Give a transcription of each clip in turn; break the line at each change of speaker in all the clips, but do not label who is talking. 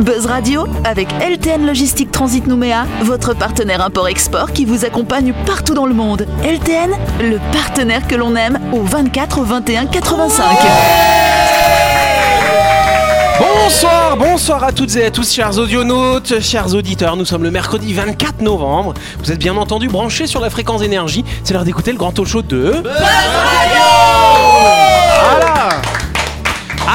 Buzz Radio, avec LTN Logistique Transit Nouméa, votre partenaire import-export qui vous accompagne partout dans le monde. LTN, le partenaire que l'on aime au 24 21 85.
Bonsoir, bonsoir à toutes et à tous, chers audionautes, chers auditeurs. Nous sommes le mercredi 24 novembre. Vous êtes bien entendu branchés sur la fréquence énergie. C'est l'heure d'écouter le grand talk show de. Voilà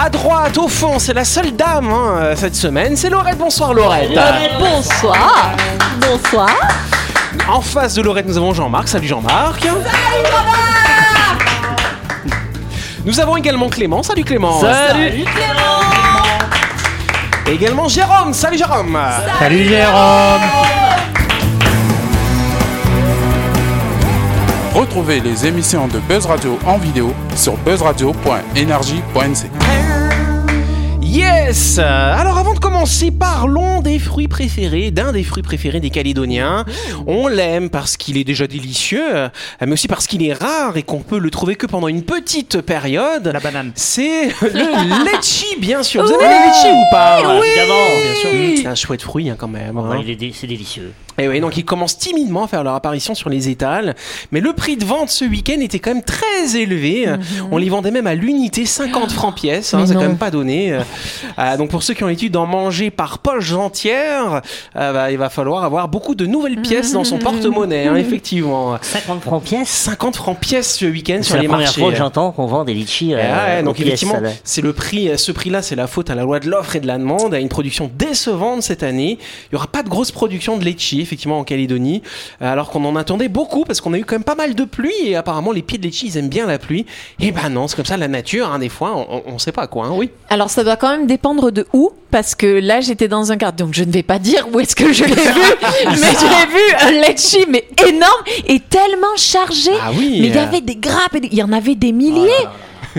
À droite, au fond, c'est la seule dame hein, cette semaine. C'est Laurette. Bonsoir, Laurette.
Bonsoir. Bonsoir.
En face de Laurette, nous avons Jean-Marc. Salut Jean-Marc. Salut Jean-Marc Nous avons également Clément. Salut Clément.
Salut.
Et également Jérôme. Salut Jérôme.
Salut Jérôme
Retrouvez les émissions de Buzz Radio en vidéo sur buzzradio.energie.nc.
Yes Alors avant de commencer, parlons des fruits préférés, d'un des fruits préférés des Calédoniens.
Mmh.
On l'aime parce qu'il est déjà délicieux, euh, mais aussi parce qu'il est rare et qu'on peut le trouver que pendant une petite période.
La banane.
C'est le litchi, bien sûr. Vous avez les litchis ou pas
Évidemment, bien sûr.
Mmh, C'est un chouette fruit hein, quand même. hein.
Ouais, Oh, il est dé- c'est délicieux.
Et Eh oui, donc ils commencent timidement à faire leur apparition sur les étals. Mais le prix de vente ce week-end était quand même très élevé. On les vendait même à l'unité 50 francs pièce. hein, c'est quand même pas donné. Euh, euh, donc pour ceux qui ont l'étude d'en manger par poche entière, euh, bah, il va falloir avoir beaucoup de nouvelles pièces dans son porte-monnaie, hein, effectivement.
50 francs pièce
50 francs pièce ce week-end sur
C'est la
les
première
marchés. hein.
fois que j'entends qu'on vend des litchis.
Eh ouais,
euh, aux
donc
pièces,
effectivement,
ça, là.
c'est le prix, euh, ce prix-là, c'est la faute à la loi de l'offre et de la demande, à une production décevante cette année. Il y aura pas de grosse production de litchi effectivement en Calédonie, euh, alors qu'on en attendait beaucoup parce qu'on a eu quand même pas mal de pluie et apparemment les pieds de litchi ils aiment bien la pluie. Et ben non, c'est comme ça la nature, hein, des fois on, on- on sait pas quoi, hein, oui.
Alors ça doit quand même dépendre de où, parce que là j'étais dans un garde, donc je ne vais pas dire où est-ce que je l'ai vu, mais je l'ai vu un litchi mais énorme et tellement chargé.
Ah oui.
Mais il y avait des grappes, et des- il y en avait des milliers.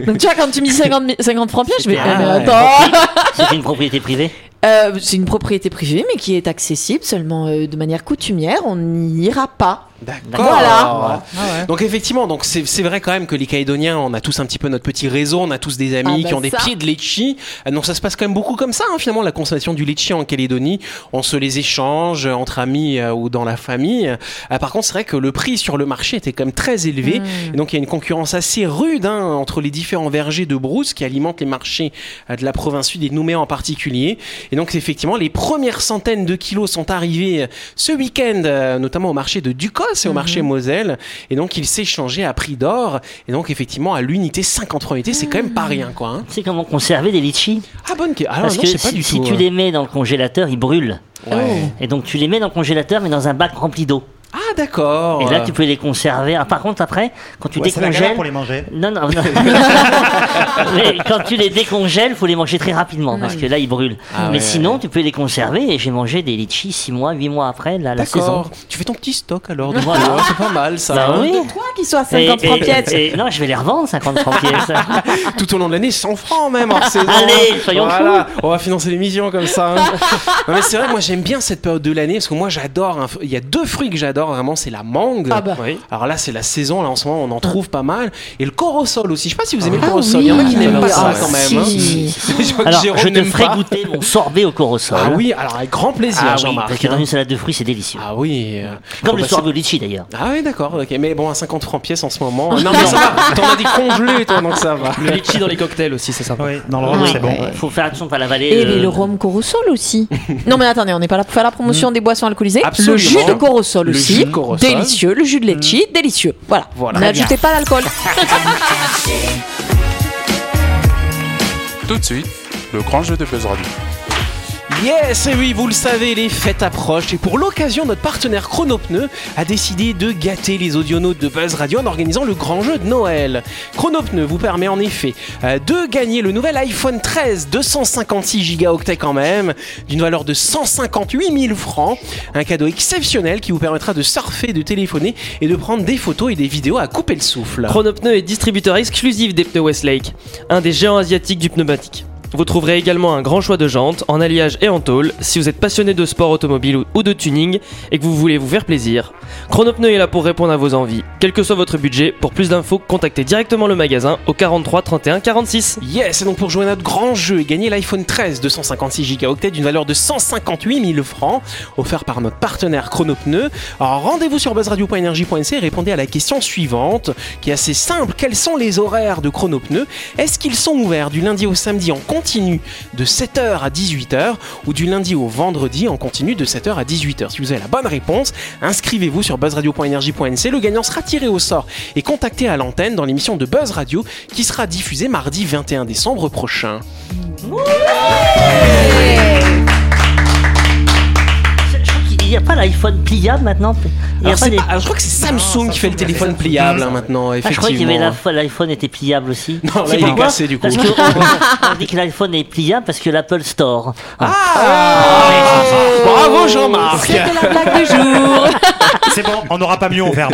Donc tu vois quand tu me dis 50, mi- 50 francs pièce, je vais
Ah
ah, mais
ouais.
attends.
C'est une propriété privée
Euh, c'est une propriété privée mais qui est accessible seulement euh, de manière coutumière, on n'y ira pas.
D'accord. Ah
Voilà. Ah
Donc effectivement, donc c'est c'est vrai quand même que les Calédoniens, on a tous un petit peu notre petit réseau, on a tous des amis
Ah bah
qui ont des
ça.
pieds de litchi. Euh, Donc ça se passe quand même beaucoup comme ça hein, finalement la consommation du litchi en Calédonie. On se les échange euh, entre amis euh, ou dans la famille. Euh, par contre, c'est vrai que le prix sur le marché était quand même très élevé. Et donc il y a une concurrence assez rude hein, entre les différents vergers de brousse qui alimentent les marchés euh, de la province sud et de Nouméa en particulier. Et donc effectivement, les premières centaines de kilos sont arrivés euh, ce week-end, euh, notamment au marché de Ducos et au marché Moselle. Et donc ils s'échangeaient à prix d'or. Et donc effectivement, à l'unité 50 francs unité, c'est quand même pas rien quoi. hein.
Tu sais comment conserver des litchis
Ah bonne question. Alors
Parce
non,
que
je sais pas
si,
du
si
tout.
tu
euh.
les mets dans le congélateur, ils brûlent.
Oh.
Ouais.
Et donc tu les mets dans le congélateur, mais dans un bac rempli d'eau.
Ah d'accord.
Et là, tu peux les conserver. Ah, par contre, après, quand tu
C'est la galère
décongèles.
pour les manger.
Non, non, non. Mais quand tu les décongèles, faut les manger très rapidement parce que là, ils brûlent.
Ah
Mais
ouais,
sinon, tu peux les conserver. Et j'ai mangé des litchis 6 mois, 8 mois après la, la saison.
D'accord. Tu fais ton petit stock alors. de bois, c'est pas mal ça.
Bah
hein.
oui.
Toi qui sois à
Et-
50 francs
et-
pièce.
et- non, je vais les revendre 50 francs pièce.
Ah, tout au long de l'année 100 francs même hors saison.
Allez, soyons
fous. On va financer l'émission comme ça. hein. non, mais c'est vrai, moi j'aime bien cette période de l'année parce que moi j'adore. un fr- Il y a deux fruits que j'adore vraiment, c'est la mangue.
Ah bah.
Oui. Alors là c'est la saison, là en ce moment on en trouve pas mal. Et le corosol aussi. Je sais pas si vous aimez le corosol.
Ah oui.
Il y en a qui n'aiment pas ça
Ah,
quand même. hein.
si.
Je vois que
Alors,
Jérôme
je te
n'aime
ferai
pas.
goûter mon sorbet au corosol.
Ah oui, alors avec grand plaisir
Ah oui, parce
Jean-Marc.
que dans une salade de fruits, c'est délicieux.
Ah oui. euh, faut
Comme le
passer-
sorbet au litchi d'ailleurs.
Ah oui d'accord, ok. Mais bon à 50 francs pièce en ce moment. hein. Non mais ça va, t'en as des congelés toi donc ça va.
Le litchi dans les cocktails aussi, c'est sympa.
Oui, dans le rhum,
Oui,
c'est bon.
Faut faire attention de pas l'avaler.
Et
euh,
le rhum corosol aussi. non mais attendez, on n'est pas là pour faire la promotion des boissons alcoolisées.
Hmm. Absolument.
Le jus de corosol
Le
aussi.
jus de corosol. Hmm.
Délicieux. Le jus de litchi, délicieux. Voilà.
Voilà.
N'ajoutez pas l'alcool.
Tout de suite, le grand jeu de Buzz Radio.
Yes, et oui, vous le savez, les fêtes approchent et pour l'occasion, notre partenaire Chronopneu a décidé de gâter les audionautes de Buzz Radio en organisant le grand jeu de Noël. Chronopneu vous permet en effet euh, de gagner le nouvel iPhone 13 256 gigaoctets quand même, d'une valeur de 158 000 francs, un cadeau exceptionnel qui vous permettra de surfer, de téléphoner et de prendre des photos et des vidéos à couper
Ah.
le souffle.
Chronopneu est distributeur exclusif des pneus Westlake, un des géants asiatiques du pneumatique. Vous trouverez également un grand choix de jantes, en alliage et en tôle, si vous êtes passionné de sport automobile ou- ou de tuning et que vous voulez vous faire plaisir. Chronopneu est là pour répondre à vos envies. Quel que soit votre budget, pour plus d'infos, contactez directement le magasin au 43 31 46.
Yes, et donc pour jouer à notre grand jeu et gagner l'iPhone 13 256 Go d'une valeur de 158 000 francs, offert par notre partenaire Chronopneu, alors rendez-vous sur buzzradio.energie.nc et répondez à la question suivante, qui est assez simple. Quels sont les horaires de Chronopneu Est-ce qu'ils sont ouverts du lundi au samedi en continu de 7h à 18h ou du lundi au vendredi en continu de 7h à 18h Si vous avez la bonne réponse, inscrivez-vous sur buzzradio.energie.nc. Le gagnant sera tiré au sort et contacté à l'antenne dans l'émission de Buzz Radio qui sera diffusée mardi 21 décembre prochain.
Je crois qu'il n'y a pas l'iPhone pliable maintenant. Il y a
Alors,
pas
Ah, c'est
des-
pas- alors, je crois que c'est Samsung qui fait le téléphone pliable hein, maintenant,
Ah, je crois qu'il y avait
effectivement.
l'iPhone- l'iPhone était pliable aussi.
Non, là,
C'est
il est
pourquoi
cassé, du coup.
Parce que on, on dit que l'iPhone est pliable parce que l'Apple Store.
Ah Bravo Jean-Marc
C'était la blague du jour.
C'est bon, on n'aura pas mieux, on ferme.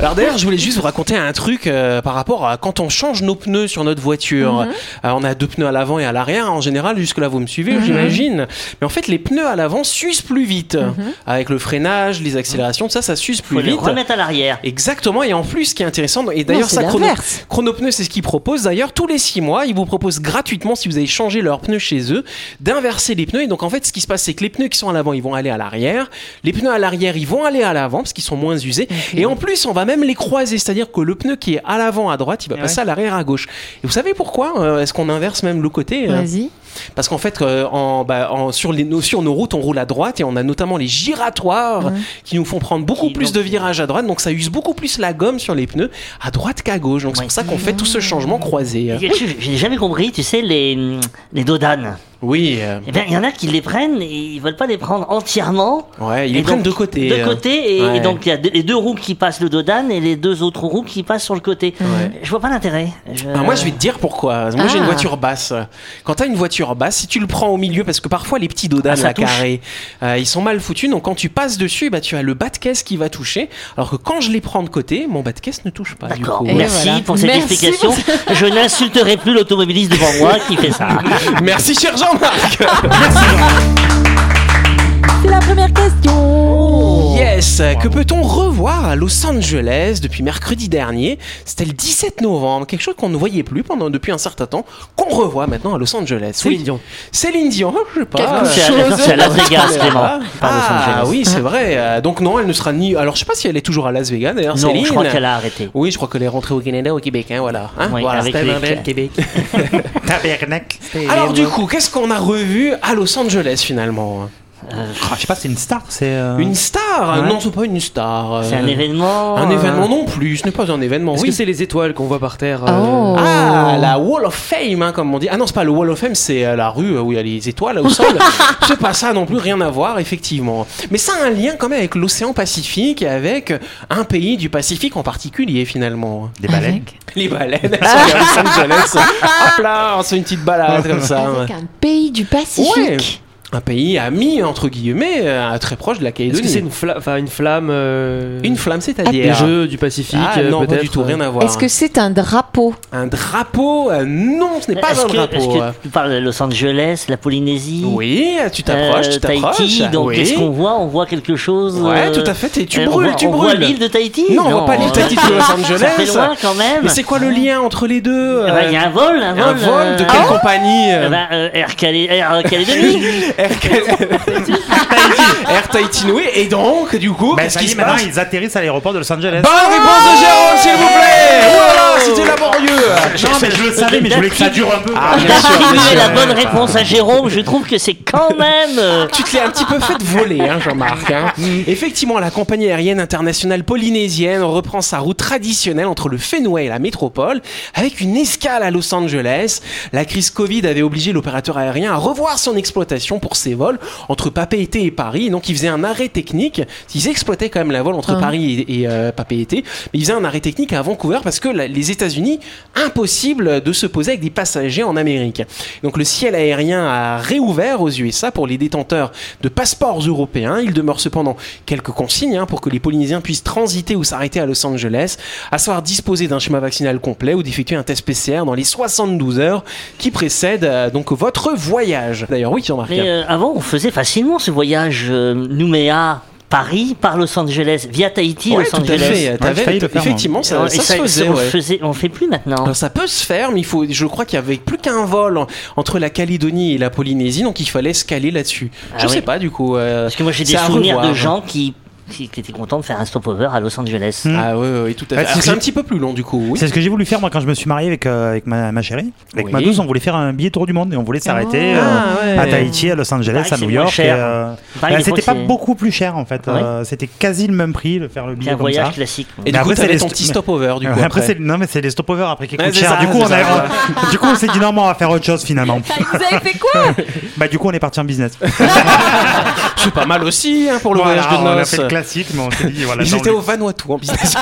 Alors d'ailleurs, je voulais juste vous raconter un truc euh, par rapport à quand on change nos pneus sur notre voiture.
Mhm.
Euh, on a deux pneus à l'avant et à l'arrière. En général, jusque-là, vous me suivez,
Mhm.
j'imagine. Mais en fait, les pneus à l'avant s'usent plus vite.
Mhm.
Avec le freinage, les accélérations, tout ça, ça s'use plus
Faut le
vite.
remettre à l'arrière.
Exactement, et en plus, ce qui est intéressant, et
Non,
d'ailleurs,
c'est
ça, chrono,
l'inverse.
Chronopneu, c'est ce qu'ils proposent. D'ailleurs, tous les six mois, ils vous proposent gratuitement, si vous avez changé leurs pneus chez eux, d'inverser les pneus. Et donc, en fait, ce qui se passe, c'est que les pneus qui sont à l'avant, ils vont aller à l'arrière. Les pneus à l'arrière, ils vont aller à l'avant parce qu'ils sont moins usés. Et en plus, on va même les croiser. C'est-à-dire que le pneu qui est à l'avant à droite, il va
Ah
passer à l'arrière à gauche. Et vous savez pourquoi euh, Est-ce qu'on inverse même le côté euh,
Vas-y.
parce qu'en fait, euh, en, bah, en- sur, les, nos, sur nos routes, on roule à droite et on a notamment les giratoires qui nous font prendre beaucoup
Qui
plus
donc-
de virages à droite. Donc ça use beaucoup plus la gomme sur les pneus à droite qu'à gauche. Donc c'est
Ouais.
pour ça qu'on fait tout ce changement croisé.
Il y a quelque chose que J'ai jamais compris, tu sais, les, les dodanes.
Oui, euh,
Eh bien, il y en a qui les prennent et ils veulent pas les prendre entièrement.
ouais, ils
Et
les prennent
donc,
de côté.
De
euh.
côté, et,
ouais.
et donc il y a deux- les deux roues qui passent le dodan et les deux autres roues qui passent sur le côté. Je vois pas l'intérêt. Je-
Alors Bah, moi je vais te dire pourquoi. Moi j'ai
Ah.
une voiture basse. Quand t'as une voiture basse, si tu le prends au milieu, parce que parfois les petits dodanes
Ah, ça
à
touche.
carré, euh, ils sont mal foutus. Donc quand tu passes dessus, bah tu as le bas de caisse qui va toucher. Alors que quand je les prends de côté, mon bas de caisse ne touche pas. du
D'accord, Eh.
coup.
Et
merci
voilà.
pour cette
Merci
explication. Je n'insulterai plus l'automobiliste devant moi qui fait ça.
Merci cher Jean-Marc.
C'est la première
Oh.
question.
Yes, que peut-on revoir à Los Angeles depuis mercredi dernier C'était le 17 novembre, quelque chose qu'on ne voyait plus pendant depuis un certain temps, qu'on revoit maintenant à Los Angeles.
Céline Dion.
Céline Dion, je sais pas.
Quelque
C'est à, c'est à Las Vegas, Clément. pas à Los
Ah
Angeles.
oui, c'est vrai. Euh, Donc non, elle ne sera ni. Alors je sais pas si elle est toujours à Las Vegas d'ailleurs.
Non,
Céline.
je crois qu'elle a arrêté.
Oui, je crois qu'elle est rentrée au Canada, au Québec, hein, voilà. Hein,
Oui,
voilà.
avec les-
Tabernacle.
Alors du coup, qu'est-ce qu'on a revu à Los Angeles
Hein.
finalement
Ah, je sais pas, c'est une star, c'est. euh,
Une star
Ouais.
Non, c'est pas une star. euh,
C'est un événement.
Un
euh,
événement non plus, ce n'est pas un événement.
Est-ce
Oui,
que c'est les étoiles qu'on voit par terre euh,
Oh.
Ah, la Wall of Fame, hein, comme on dit. Ah non, c'est pas le Wall of Fame, c'est euh, la rue euh, où il y a les étoiles au sol. c'est pas ça non plus, rien à voir, effectivement. Mais ça a un lien quand même avec l'océan Pacifique et avec un pays du Pacifique en particulier, finalement.
Des baleines.
Les baleines, elles sont à Los Angeles. Hop là, on se fait une petite balade comme ça. ouais.
Avec un pays du Pacifique.
Un pays ami, entre guillemets, euh, très proche de la
Est-ce que
Calédonie.
c'est une, fla- enfin, une flamme euh,
Une flamme,
Des
c'est-à-dire.
jeux du Pacifique
Ah,
euh,
non, pas
peut-être
du tout, rien à voir.
Est-ce que c'est un drapeau
Un drapeau euh, Non, ce n'est pas
est-ce
un
que-
drapeau. euh.
Est-ce que tu parles de Los Angeles, la Polynésie
Oui, tu t'approches,
euh,
tu t'approches.
Tahiti, donc
Oui.
qu'est-ce qu'on voit On voit quelque chose.
Ouais,
euh,
tout à fait. Et tu
euh, on
brûles,
voit-
tu
on voit
brûles.
l'île de Tahiti
Non, on voit pas l'île de Tahiti de Los
Ça fait
Angeles.
loin quand même.
Mais c'est quoi le lien entre les deux
Eh ben, Il y a un vol,
euh,
un vol.
un vol de
euh,
quelle compagnie
eh
euh,
ben, euh, Air Calais- Air Calédonie.
Air euh, Air Tahitinoé.
ah.
Et donc, du coup,
Ben,
Bah,
qu'est-ce
ça
qui
y est,
se
maintenant,
passe
ils atterrissent à l'aéroport de Los Angeles.
Bonne réponse de Jérôme, s'il vous plaît
Oh
Voilà, c'était laborieux
non, mais je le savais, mais je voulais que ça dure un peu.
Ah, bien sûr, bien sûr.
D'attribuer la bonne réponse euh, à Jérôme, je trouve que c'est quand même. euh,
tu te l'es un petit peu fait voler, hein, Jean-Marc. hein. Effectivement, la compagnie aérienne internationale polynésienne reprend sa route traditionnelle entre le Fenway et la métropole, avec une escale à Los Angeles. La crise Covid avait obligé l'opérateur aérien à revoir son exploitation pour ses vols entre Pape- Papeete et Paris. Donc ils faisaient un arrêt technique. Ils exploitaient quand même la vol entre
Ah.
Paris et, et, euh, Papeete. Mais ils faisaient un arrêt technique à Vancouver parce que la- les États-Unis, impossible de se poser avec des passagers en Amérique. Donc le ciel aérien a réouvert aux USA pour les détenteurs de passeports européens. Il demeure cependant quelques consignes hein, pour que les Polynésiens puissent transiter ou s'arrêter à Los Angeles, à savoir disposer d'un schéma vaccinal complet ou d'effectuer un test PCR dans les 72 heures qui précèdent euh, donc votre voyage. D'ailleurs, oui, Jean-Marc.
Mais euh, avant, on faisait facilement ce voyage euh, Nouméa. Paris par Los Angeles via Tahiti
Ouais,
Los
tout à fait.
Angeles.
T'avais-
failli le faire, hein. moi.
effectivement, ça,
Et
ça
ça-
se faisait.
on
ouais.
faisait- on fait plus maintenant.
Hein. Alors ça peut se faire, mais il faut, je crois qu'il y avait plus qu'un vol en- entre la Calédonie et la Polynésie, donc il fallait se caler là-dessus. je
Ah
sais
oui.
pas du coup. euh,
Parce que moi j'ai des
c'est à
souvenirs
revoir.
de gens qui, qui qui étaient contents de faire un stopover à Los Angeles.
Hmm.
Ah oui, oui, tout à
Ah,
fait.
c'est
Alors,
ce
c'est un
que-
petit peu plus long du coup. Oui.
C'est ce que j'ai voulu faire moi quand je me suis marié avec, euh, avec ma, ma chérie. Avec
Oui.
ma douce, on voulait faire un billet tour du monde et on voulait s'arrêter
Ah,
euh,
ouais.
à Tahiti, à Los Angeles,
Pareil,
à
c'est
New
moins
York. et,
cher.
euh,
Pareil,
bah,
des fois,
c'était pas
c'est-
beaucoup plus cher en fait.
Ah ouais.
Euh, c'était quasi le même prix de faire le
C'est
billet
un
comme ça.
voyage classique.
Et du
Mais
coup,
après, c'est
t'avais
les
ton
sto-
petit stopover du coup.
après,
après.
c'est non mais c'est les stopovers après qui
Ouais,
coûtent
c'est
cher.
ça,
du coup
c'est
on a-
ça.
on- du coup on s'est dit non mais on va faire autre chose finalement.
Vous avez fait quoi
bah du coup on est parti en business.
C'est pas mal aussi hein, pour le
Voilà,
voyage de
on a
noces.
fait le classique mais on s'est dit voilà. non,
J'étais
on-
au Vanuatu en business.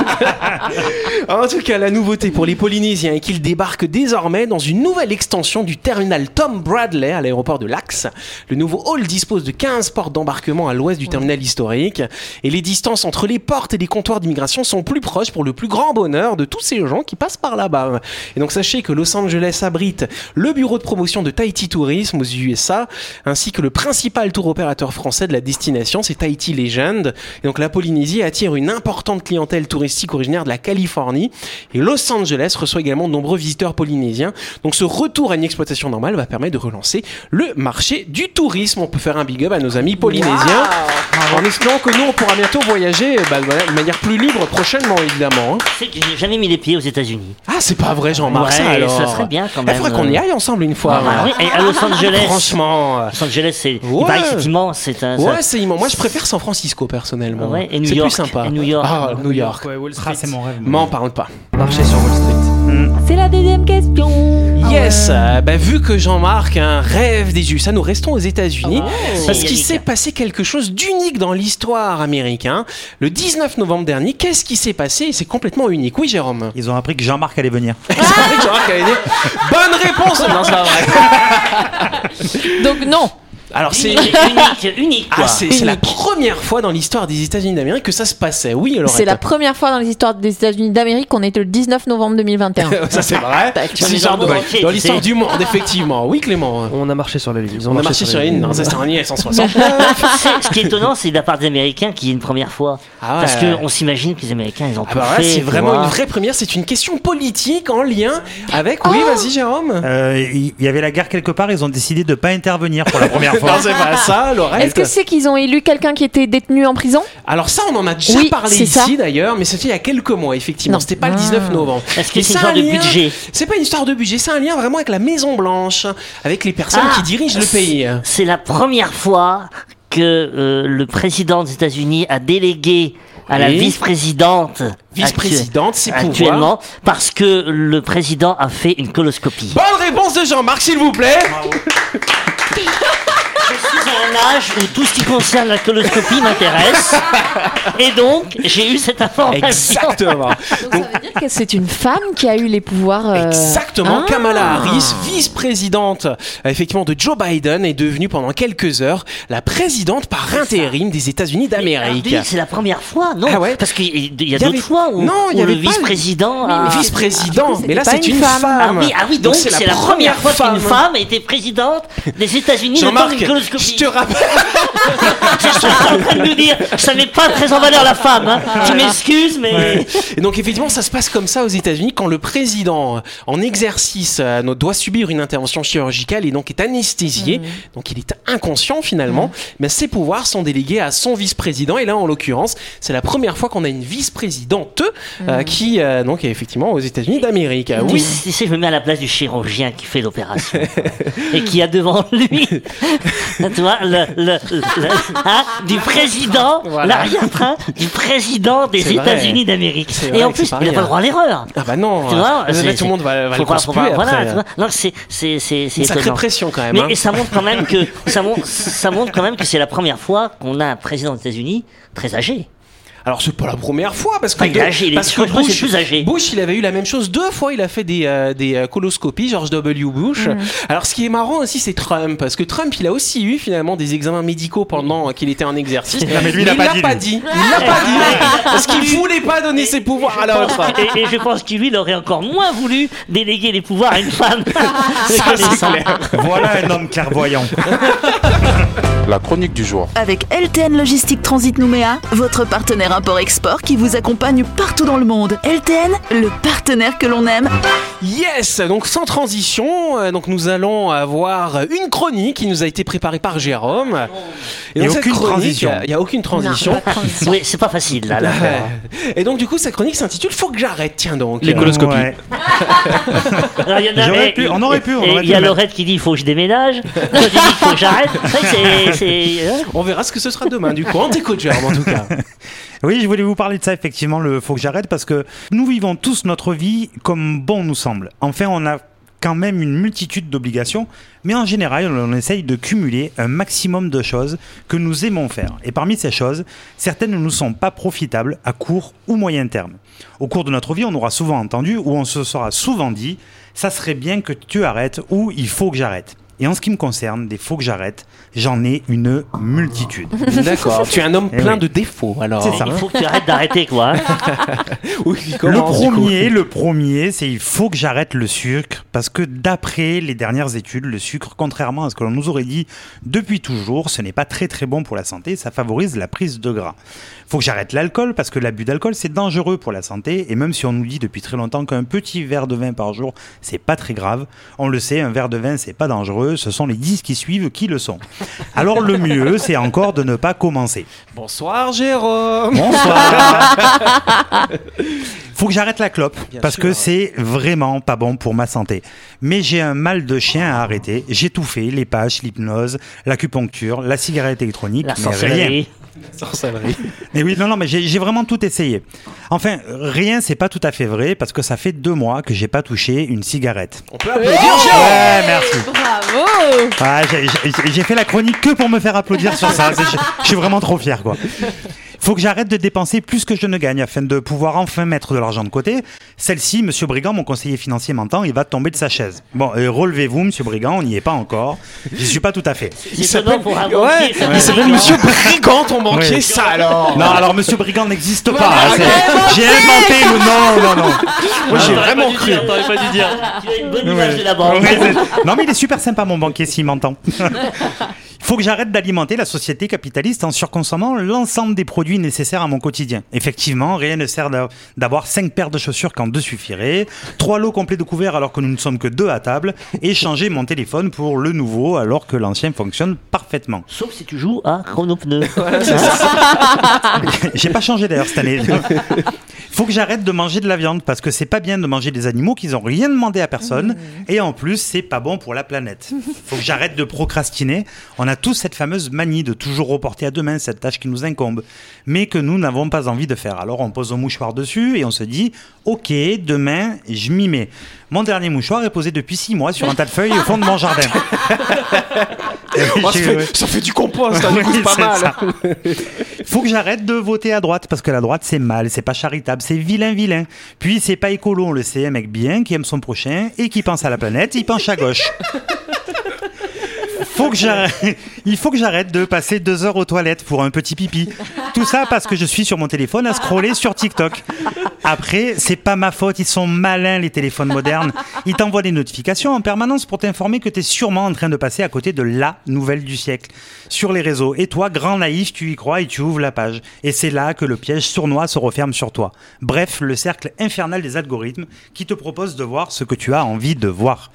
en tout cas, la nouveauté pour les Polynésiens est qu'ils débarquent désormais dans une nouvelle extension du terminal Tom Bradley à l'aéroport de l'Axe. Le nouveau hall dispose de 15 portes d'embarquement à l'ouest du terminal historique et les distances entre les portes et les comptoirs d'immigration sont plus proches pour le plus grand bonheur de tous ces gens qui passent par là-bas. Et donc sachez que Los Angeles abrite le bureau de promotion de Tahiti Tourism aux USA ainsi que le principal tour opérateur français de la destination, c'est Tahiti Legend. Et donc la Polynésie attire une importante clientèle touristique originaire de la Californie et Los Angeles reçoit également de nombreux visiteurs polynésiens. Donc ce retour à une exploitation normale va permettre de relancer le marché du tourisme. On peut faire un big up à nos amis polynésiens en espérant que nous on pourra bientôt voyager bah, voilà, de manière plus libre prochainement évidemment. hein.
Tu sais que j'ai jamais mis les pieds aux États-Unis.
Ah c'est pas vrai Jean-Marc
Ouais,
ça alors.
ça serait bien quand
Il
même.
faudrait qu'on y aille ensemble une fois.
Ah, bah oui, et à Los Angeles.
Franchement.
Los Angeles, c'est il
Ouais.
paraît que c'est immense. C'est un.
Ouais,
euh, ça- Ah
c'est immense. Moi, je préfère San Francisco personnellement.
Ouais, et New
c'est
York,
plus sympa.
et New York.
Ah, New York.
Ouais, Wall
Ah,
Street.
c'est mon rêve. moi.
M'en parle pas.
Marcher sur Wall Street.
C'est la deuxième question.
Yes, euh, bah, vu que Jean-Marc a un rêve des USA, nous restons aux États-Unis. Parce
Ah C'est
qu'il
Yannick.
s'est passé quelque chose d'unique dans l'histoire américaine. Le 19 novembre dernier, qu'est-ce qui s'est passé Et C'est complètement unique. Oui, Jérôme.
Ils ont appris que Jean-Marc allait venir.
C'est vrai que Jean-Marc avait dit, Bonne réponse Non, c'est pas vrai.
Donc non.
Alors, c'est.
unique, unique.
Ah,
quoi.
c'est c'est la première fois dans l'histoire des États-Unis d'Amérique que ça se passait. Oui, alors.
C'est la première fois dans les histoires des États-Unis d'Amérique qu'on est le 19 novembre 2021.
Ça, c'est vrai.
Bah,
on est
C'est
dans
genre
le monde entier,
de- dans
tu
l'histoire
sais.
du monde, effectivement. Oui, Clément.
On a marché sur la ligne. Ils ont
On a marché sur une, non, ça c'est en 160.
Ce qui est étonnant, c'est de la part des Américains qui est une première fois.
Ah ouais.
Parce qu'on s'imagine que les Américains, ils ont
Ah
tout
bah voilà,
fait.
c'est
tu
vraiment
vois.
une vraie première, c'est une question politique en lien avec...
Oh
Oui, vas-y Jérôme
Euh, Il il y avait la guerre quelque part, ils ont décidé de pas intervenir pour la première fois.
Non, c'est pas ça,
Ah. Est-ce
Laurette.
que c'est qu'ils ont élu quelqu'un qui était détenu en prison
Alors ça, on en a déjà
Oui,
parlé
c'est ça.
ici d'ailleurs, mais c'était il y a quelques mois, effectivement.
Non. Ah.
C'était pas le 19 novembre.
Est-ce
Mais
que c'est une
ça a
sorte de
un lien-
budget
C'est pas une histoire de budget, c'est un lien vraiment avec la Maison Blanche, avec les personnes
Ah,
qui dirigent le
c'est-
pays.
C'est la première fois que euh, le président des États-Unis a délégué à la
Oui.
vice-présidente actu-
Vice-présidente, c'est pouvoirs.
actuellement parce que le président a fait une coloscopie.
Bonne réponse de Jean-Marc, s'il vous plaît.
Je suis à un âge où tout ce qui concerne la coloscopie m'intéresse et donc j'ai eu cette information.
Exactement.
Donc ça veut dire que c'est une femme qui a eu les pouvoirs. euh,
Exactement,
ah.
Kamala Harris, vice-présidente euh, effectivement de Joe Biden, est devenue pendant quelques heures la présidente par intérim des États-Unis
Alors,
d'Amérique.
dis, C'est la première fois, non
Ah ouais
Parce qu'il y- il y a
Il y
d'autres
avait-
fois où,
Non, il y
où
avait
le
pas le-
vice-président
Mais
a...
Vice-président, mais là
pas
c'est
une
une femme.
femme.
Ah oui, ah oui, donc c'est la, première fois
femme.
qu'une femme a été présidente des États-Unis. le temps
Jean-Marc,
d'une coloscopie.
je te rappelle,
Je suis en train de nous dire, ça met pas très en valeur la femme. Hein.
Ah.
Je m'excuse, mais
Et donc effectivement, ça se passe comme ça aux États-Unis quand le président euh, en exercice euh, no- doit subir une intervention chirurgicale et donc est anesthésié.
Mmh.
Donc il est inconscient finalement, mais ses pouvoirs sont délégués à son vice-président. Et là, en l'occurrence, c'est la première fois qu'on a une vice-présidente
Mmh.
euh, qui euh, donc est effectivement aux États-Unis d'Amérique. Ah,
Tu
Oui.
sais, tu sais, je me mets à la place du chirurgien qui fait l'opération et qui a devant lui, tu vois, le, le- le- hein, du président, l'arrière-train du président des
C'est vrai.
États-Unis d'Amérique.
C'est
Et
vrai
en
que c'est
plus,
pas
il n'a
rien.
pas le droit à l'erreur.
Ah bah non,
Tu vois,
euh, là,
c'est-
tout le monde va, va
Faut
le
pas- faut
conspuer
pas-
après.
voilà, tu vois. Non, c'est c'est c'est c'est
Une sacrée
étonnant.
pression
Ah,
quand même.
Mais
hein.
et ça montre quand même que ça montre ça montre quand même que c'est la première fois qu'on a un président des États-Unis très âgé.
Alors c'est pas la première fois parce que,
Enfin, il est âgé, il est-
parce que
je crois que c'est
Bush,
plus âgé.
Bush, il avait eu la même chose deux fois. Il a fait des, euh, des euh, coloscopies, George W. Bush. Alors ce qui est marrant aussi, c'est Trump parce que Trump, il a aussi eu finalement des examens médicaux pendant euh, qu'il était en exercice.
mais lui, il a pas dit,
l'a pas
lui.
dit. Il l'a pas dit parce qu'il voulait pas donner ses pouvoirs à l'autre.
Et, et je pense qu'il lui il aurait encore moins voulu déléguer les pouvoirs à une femme. Connaissant.
Voilà un homme clairvoyant.
La chronique du jour.
Avec LTN Logistique Transit Nouméa, votre partenaire import-export qui vous accompagne partout dans le monde. LTN, le partenaire que l'on aime
Yes, donc sans transition, euh, donc nous allons avoir une chronique qui nous a été préparée par Jérôme.
Et
dans cette
aucune
chronique, euh,
transition.
Il n'y a, aucune transition.
Oui, c'est pas facile là. là.
Ouais. Et donc du coup, sa chronique s'intitule Faut que j'arrête. Tiens donc.
Les coloscopies.
Ouais.
Alors, il y en a-
J'aurais
et-
pu- on aurait pu, on
et
aurait
Il y a
pu le
Laurette qui dit il faut que je déménage. Toi tu dis il faut que j'arrête. C'est vrai que c'est- c'est hein,
On verra ce que ce sera demain, du coup. On t'écoute, Jérôme, en tout cas.
Oui, je voulais vous parler de ça, effectivement, le faut que j'arrête, parce que nous vivons tous notre vie comme bon nous semble. Enfin, on a quand même une multitude d'obligations, mais en général, on essaye de cumuler un maximum de choses que nous aimons faire. Et parmi ces choses, certaines ne nous sont pas profitables à court ou moyen terme. Au cours de notre vie, on aura souvent entendu ou on se sera souvent dit ça serait bien que tu arrêtes ou il faut que j'arrête. Et en ce qui me concerne, des faut que j'arrête, j'en ai une multitude.
D'accord. Tu es un homme
Eh
plein
oui.
de défauts, alors.
C'est ça.
il faut que tu arrêtes d'arrêter quoi. hein.
Oui, qui
Le
commence, du coup.
premier, le premier, c'est il faut que j'arrête le sucre parce que d'après les dernières études, le sucre, contrairement à ce que l'on nous aurait dit depuis toujours, ce n'est pas très très bon pour la santé, ça favorise la prise de gras. Faut que j'arrête l'alcool parce que l'abus d'alcool c'est dangereux pour la santé et même si on nous dit depuis très longtemps qu'un petit verre de vin par jour c'est pas très grave, on le sait, un verre de vin c'est pas dangereux, ce sont les 10 qui suivent qui le sont. Alors le mieux c'est encore de ne pas commencer.
Bonsoir, Jérôme.
Bonsoir. Faut que j'arrête la clope
Bien
parce
sûr.
que c'est vraiment pas bon pour ma santé. Mais j'ai un mal de chien à arrêter. J'ai tout fait les patchs, l'hypnose, l'acupuncture, la cigarette électronique,
La
mais rien.
sorcellerie.
Mais oui, non, non, mais j'ai j'ai vraiment tout essayé. Enfin, rien, c'est pas tout à fait vrai parce que ça fait deux mois que j'ai pas touché une cigarette.
On peut applaudir.
Ouais, merci.
Bravo
Ah, j'ai- j'ai j'ai fait la chronique que pour me faire applaudir sur ça. C'est- Je je suis vraiment trop fier, quoi. Faut que j'arrête de dépenser plus que je ne gagne afin de pouvoir enfin mettre de l'argent de côté. Celle-ci, Monsieur Brigand, mon conseiller financier m'entend, il va tomber de sa chaise. Bon, euh, relevez-vous, Monsieur Brigand, on n'y est pas encore. J'y suis pas tout à fait.
C'est étonnant pour un
Ouais,
banquier, ça
il s'appelle
va.
Monsieur Brigand, ton banquier,
Oui.
ça alors.
Oh Non, alors Monsieur Brigand n'existe pas. hein, c'est- J'ai inventé le nom. Non, non.
Moi, j'ai
Ah, T'aurais
vraiment
pas dû
cru.
dire, t'aurais pas dû dire. Tu as une bonne image de la
Oui,
banque.
c'est- non mais il est super sympa mon banquier s'il m'entend. Il faut que j'arrête d'alimenter la société capitaliste en surconsommant l'ensemble des produits nécessaires à mon quotidien. Effectivement, rien ne sert d'a- d'avoir 5 paires de chaussures quand deux suffiraient, trois lots complets de couverts alors que nous ne sommes que deux à table, et changer mon téléphone pour le nouveau alors que l'ancien fonctionne parfaitement.
Sauf si tu joues à chronopneu.
J'ai pas changé d'ailleurs cette année. Faut que j'arrête de manger de la viande parce que c'est pas bien de manger des animaux qu'ils ont rien demandé à personne et en plus c'est pas bon pour la planète. Faut que j'arrête de procrastiner. On a tous cette fameuse manie de toujours reporter à demain cette tâche qui nous incombe mais que nous n'avons pas envie de faire. Alors on pose un mouchoir dessus et on se dit OK, demain je m'y mets. Mon dernier mouchoir est posé depuis six mois sur un tas de feuilles au fond de mon jardin.
Oh, ça,
J'ai-
fait, ça fait du compost, hein, du coup, c'est pas
oui,
mal.
c'est ça. Faut que j'arrête de voter à droite parce que la droite c'est mal, c'est pas charitable, c'est vilain vilain. Puis c'est pas écolo, on le sait, un mec bien qui aime son prochain et qui pense à la planète, il penche à gauche. Faut que j'arrête- Il faut que j'arrête de passer deux heures aux toilettes pour un petit pipi. Tout ça parce que je suis sur mon téléphone à scroller sur TikTok. Après, c'est pas ma faute, ils sont malins les téléphones modernes. Ils t'envoient des notifications en permanence pour t'informer que t'es sûrement en train de passer à côté de la nouvelle du siècle sur les réseaux. Et toi, grand naïf, tu y crois et tu ouvres la page. Et c'est là que le piège sournois se referme sur toi. Bref, le cercle infernal des algorithmes qui te propose de voir ce que tu as envie de voir.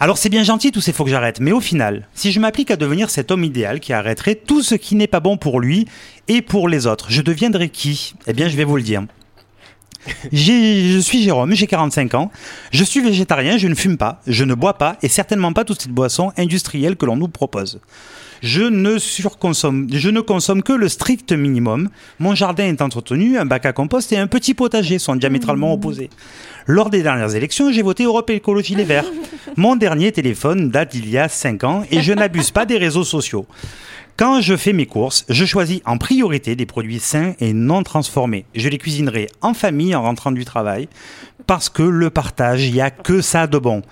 Alors c'est bien gentil tous ces faut que j'arrête, mais au final, si je m'applique à devenir cet homme idéal qui arrêterait tout ce qui n'est pas bon pour lui et pour les autres, je deviendrai qui Eh bien je vais vous le dire. J'ai- Je suis Jérôme, j'ai 45 ans, je suis végétarien, je ne fume pas, je ne bois pas et certainement pas toutes ces boissons industrielles que l'on nous propose. Je ne surconsomme, je ne consomme que le strict minimum. Mon jardin est entretenu, un bac à compost et un petit potager sont diamétralement opposés. Lors des dernières élections, j'ai voté Europe Écologie Les Verts. Mon dernier téléphone date d'il y a 5 ans et je n'abuse pas des réseaux sociaux. Quand je fais mes courses, je choisis en priorité des produits sains et non transformés. Je les cuisinerai en famille en rentrant du travail parce que le partage, il n'y a que ça de bon.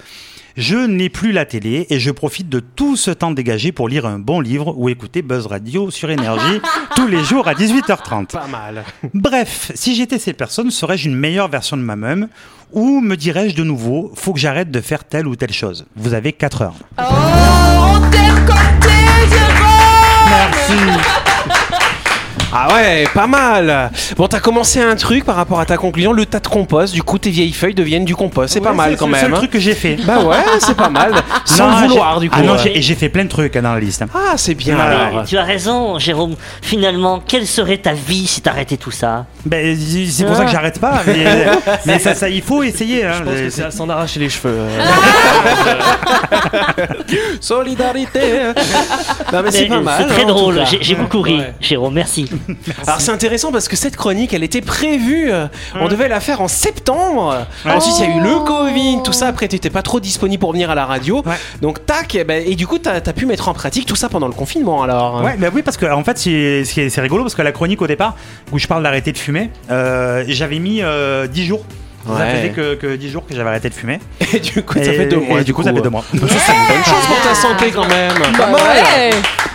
Je n'ai plus la télé et je profite de tout ce temps dégagé pour lire un bon livre ou écouter Buzz Radio sur énergie tous les jours à 18h30.
Pas mal.
Bref, si j'étais ces personnes, serais-je une meilleure version de moi-même ou me dirais-je de nouveau, faut que j'arrête de faire telle ou telle chose Vous avez 4 heures.
Ah ouais, pas mal. Bon, t'as commencé un truc par rapport à ta conclusion, le tas de compost. Du coup, tes vieilles feuilles deviennent du compost. C'est pas
Ouais,
mal quand
C'est le
même.
seul
hein.
truc que j'ai fait.
Bah ouais, c'est pas mal. Sans
Non,
le
j'ai-
vouloir, du coup.
Ah non,
ouais.
j'ai- et j'ai fait plein de trucs hein, dans la liste. hein.
Ah, c'est bien.
Non,
alors.
Mais tu as raison, Jérôme. Finalement, quelle serait ta vie si t'arrêtais tout ça
Ben, c'est pour ça que j'arrête pas. Mais, mais ça, ça, il faut essayer. hein.
Je pense que c'est à s'en arracher les cheveux. euh.
Solidarité. non, mais c'est
Mais,
pas
euh,
mal.
très
hein, en tout
drôle,
cas.
j'ai j'ai beaucoup ri,
Ouais.
Jérôme, merci.
Alors c'est intéressant parce que cette chronique, elle était prévue. euh, On devait la faire en septembre.
Ouais.
Ensuite, il y a eu le Covid, tout ça. Après, t'étais pas trop disponible pour venir à la radio.
Ouais.
Donc tac, eh ben, et, du coup, t'as as pu mettre en pratique tout ça pendant le confinement. Alors. hein.
Ouais, bah oui, parce que en fait, c'est c'est- c'est rigolo parce que la chronique au départ où je parle d'arrêter de fumer, euh, j'avais mis euh, 10 jours. Ça
Ouais.
faisait que, que 10 jours que j'avais arrêté de fumer.
Et du coup, euh. ça
Et-
fait deux mois.
et du coup, ça fait deux mois.
Bonne chance pour ta santé quand même.
Bah ouais.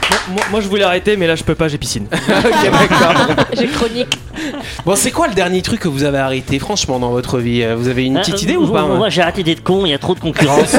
Moi, moi- moi, je voulais arrêter, mais là je peux pas, j'ai piscine.
Ok, d'accord.
J'ai chronique.
Bon, c'est quoi le dernier truc que vous avez arrêté, franchement, dans votre vie Vous avez une petite
Euh,
idée ou
moi-
pas
Moi, j'ai arrêté d'être con, il y a trop de concurrence.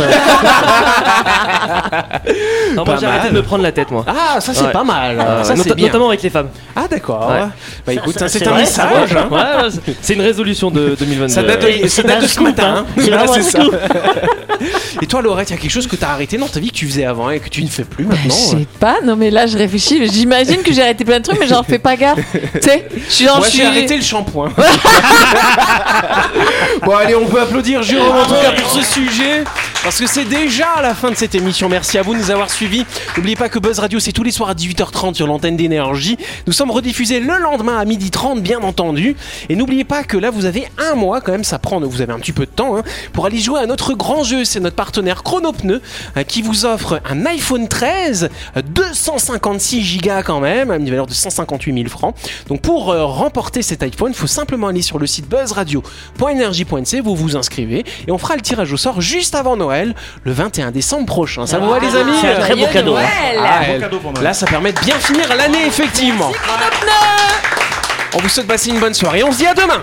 Non,
Pas
moi j'ai arrêté
mal.
de me prendre la tête, moi.
Ah, ça c'est
Ouais.
pas mal.
Euh,
ça
nota-
c'est bien.
Notamment avec les femmes.
Ah d'accord.
Ouais.
Bah
Ça-
écoute,
ça-
c'est
c'est
un
vrai,
message. hein.
Ouais, ouais, c'est- c'est une résolution de 2022.
Ça date de,
Et
ça
Euh, c'est
date
un
de ce
scoop,
matin.
hein. C'est
Ouais,
vraiment un
ça. Et toi, Laurette, il y a quelque chose que t'as arrêté dans ta vie que tu faisais avant et que tu ne fais
Bah,
plus
Bah, Je
maintenant euh
sais pas, non mais là je réfléchis, j'imagine que j'ai arrêté plein de trucs mais j'en fais pas gaffe. Tu sais, je suis genre,
Moi,
je suis-
j'ai arrêté le shampoing. bon, allez, on peut applaudir Jérôme en tout cas
Ah
pour ce sujet. Parce que c'est déjà la fin de cette émission. Merci à vous de nous avoir suivis. N'oubliez pas que Buzz Radio, c'est tous les soirs à 18h30 sur l'antenne d'énergie. Nous sommes rediffusés le lendemain à 12h30, bien entendu. Et n'oubliez pas que là, vous avez un mois quand même, ça prend, vous avez un petit peu de temps, hein, pour aller jouer à notre grand jeu. C'est notre partenaire Chronopneu hein, qui vous offre un iPhone 13, euh, 256 gigas quand même, à une valeur de 158 000 francs. Donc pour euh, remporter cet iPhone, il faut simplement aller sur le site buzzradio.energie.nc, vous vous inscrivez et on fera le tirage au sort juste avant Noël, le 21 décembre prochain. Ça vous va les amis euh,
C'est un très beau cadeau. hein.
Ah, elle-
cadeau pour Noël.
Là, ça permet de bien finir l'année, effectivement. on vous souhaite passer une bonne soirée. On se dit à demain.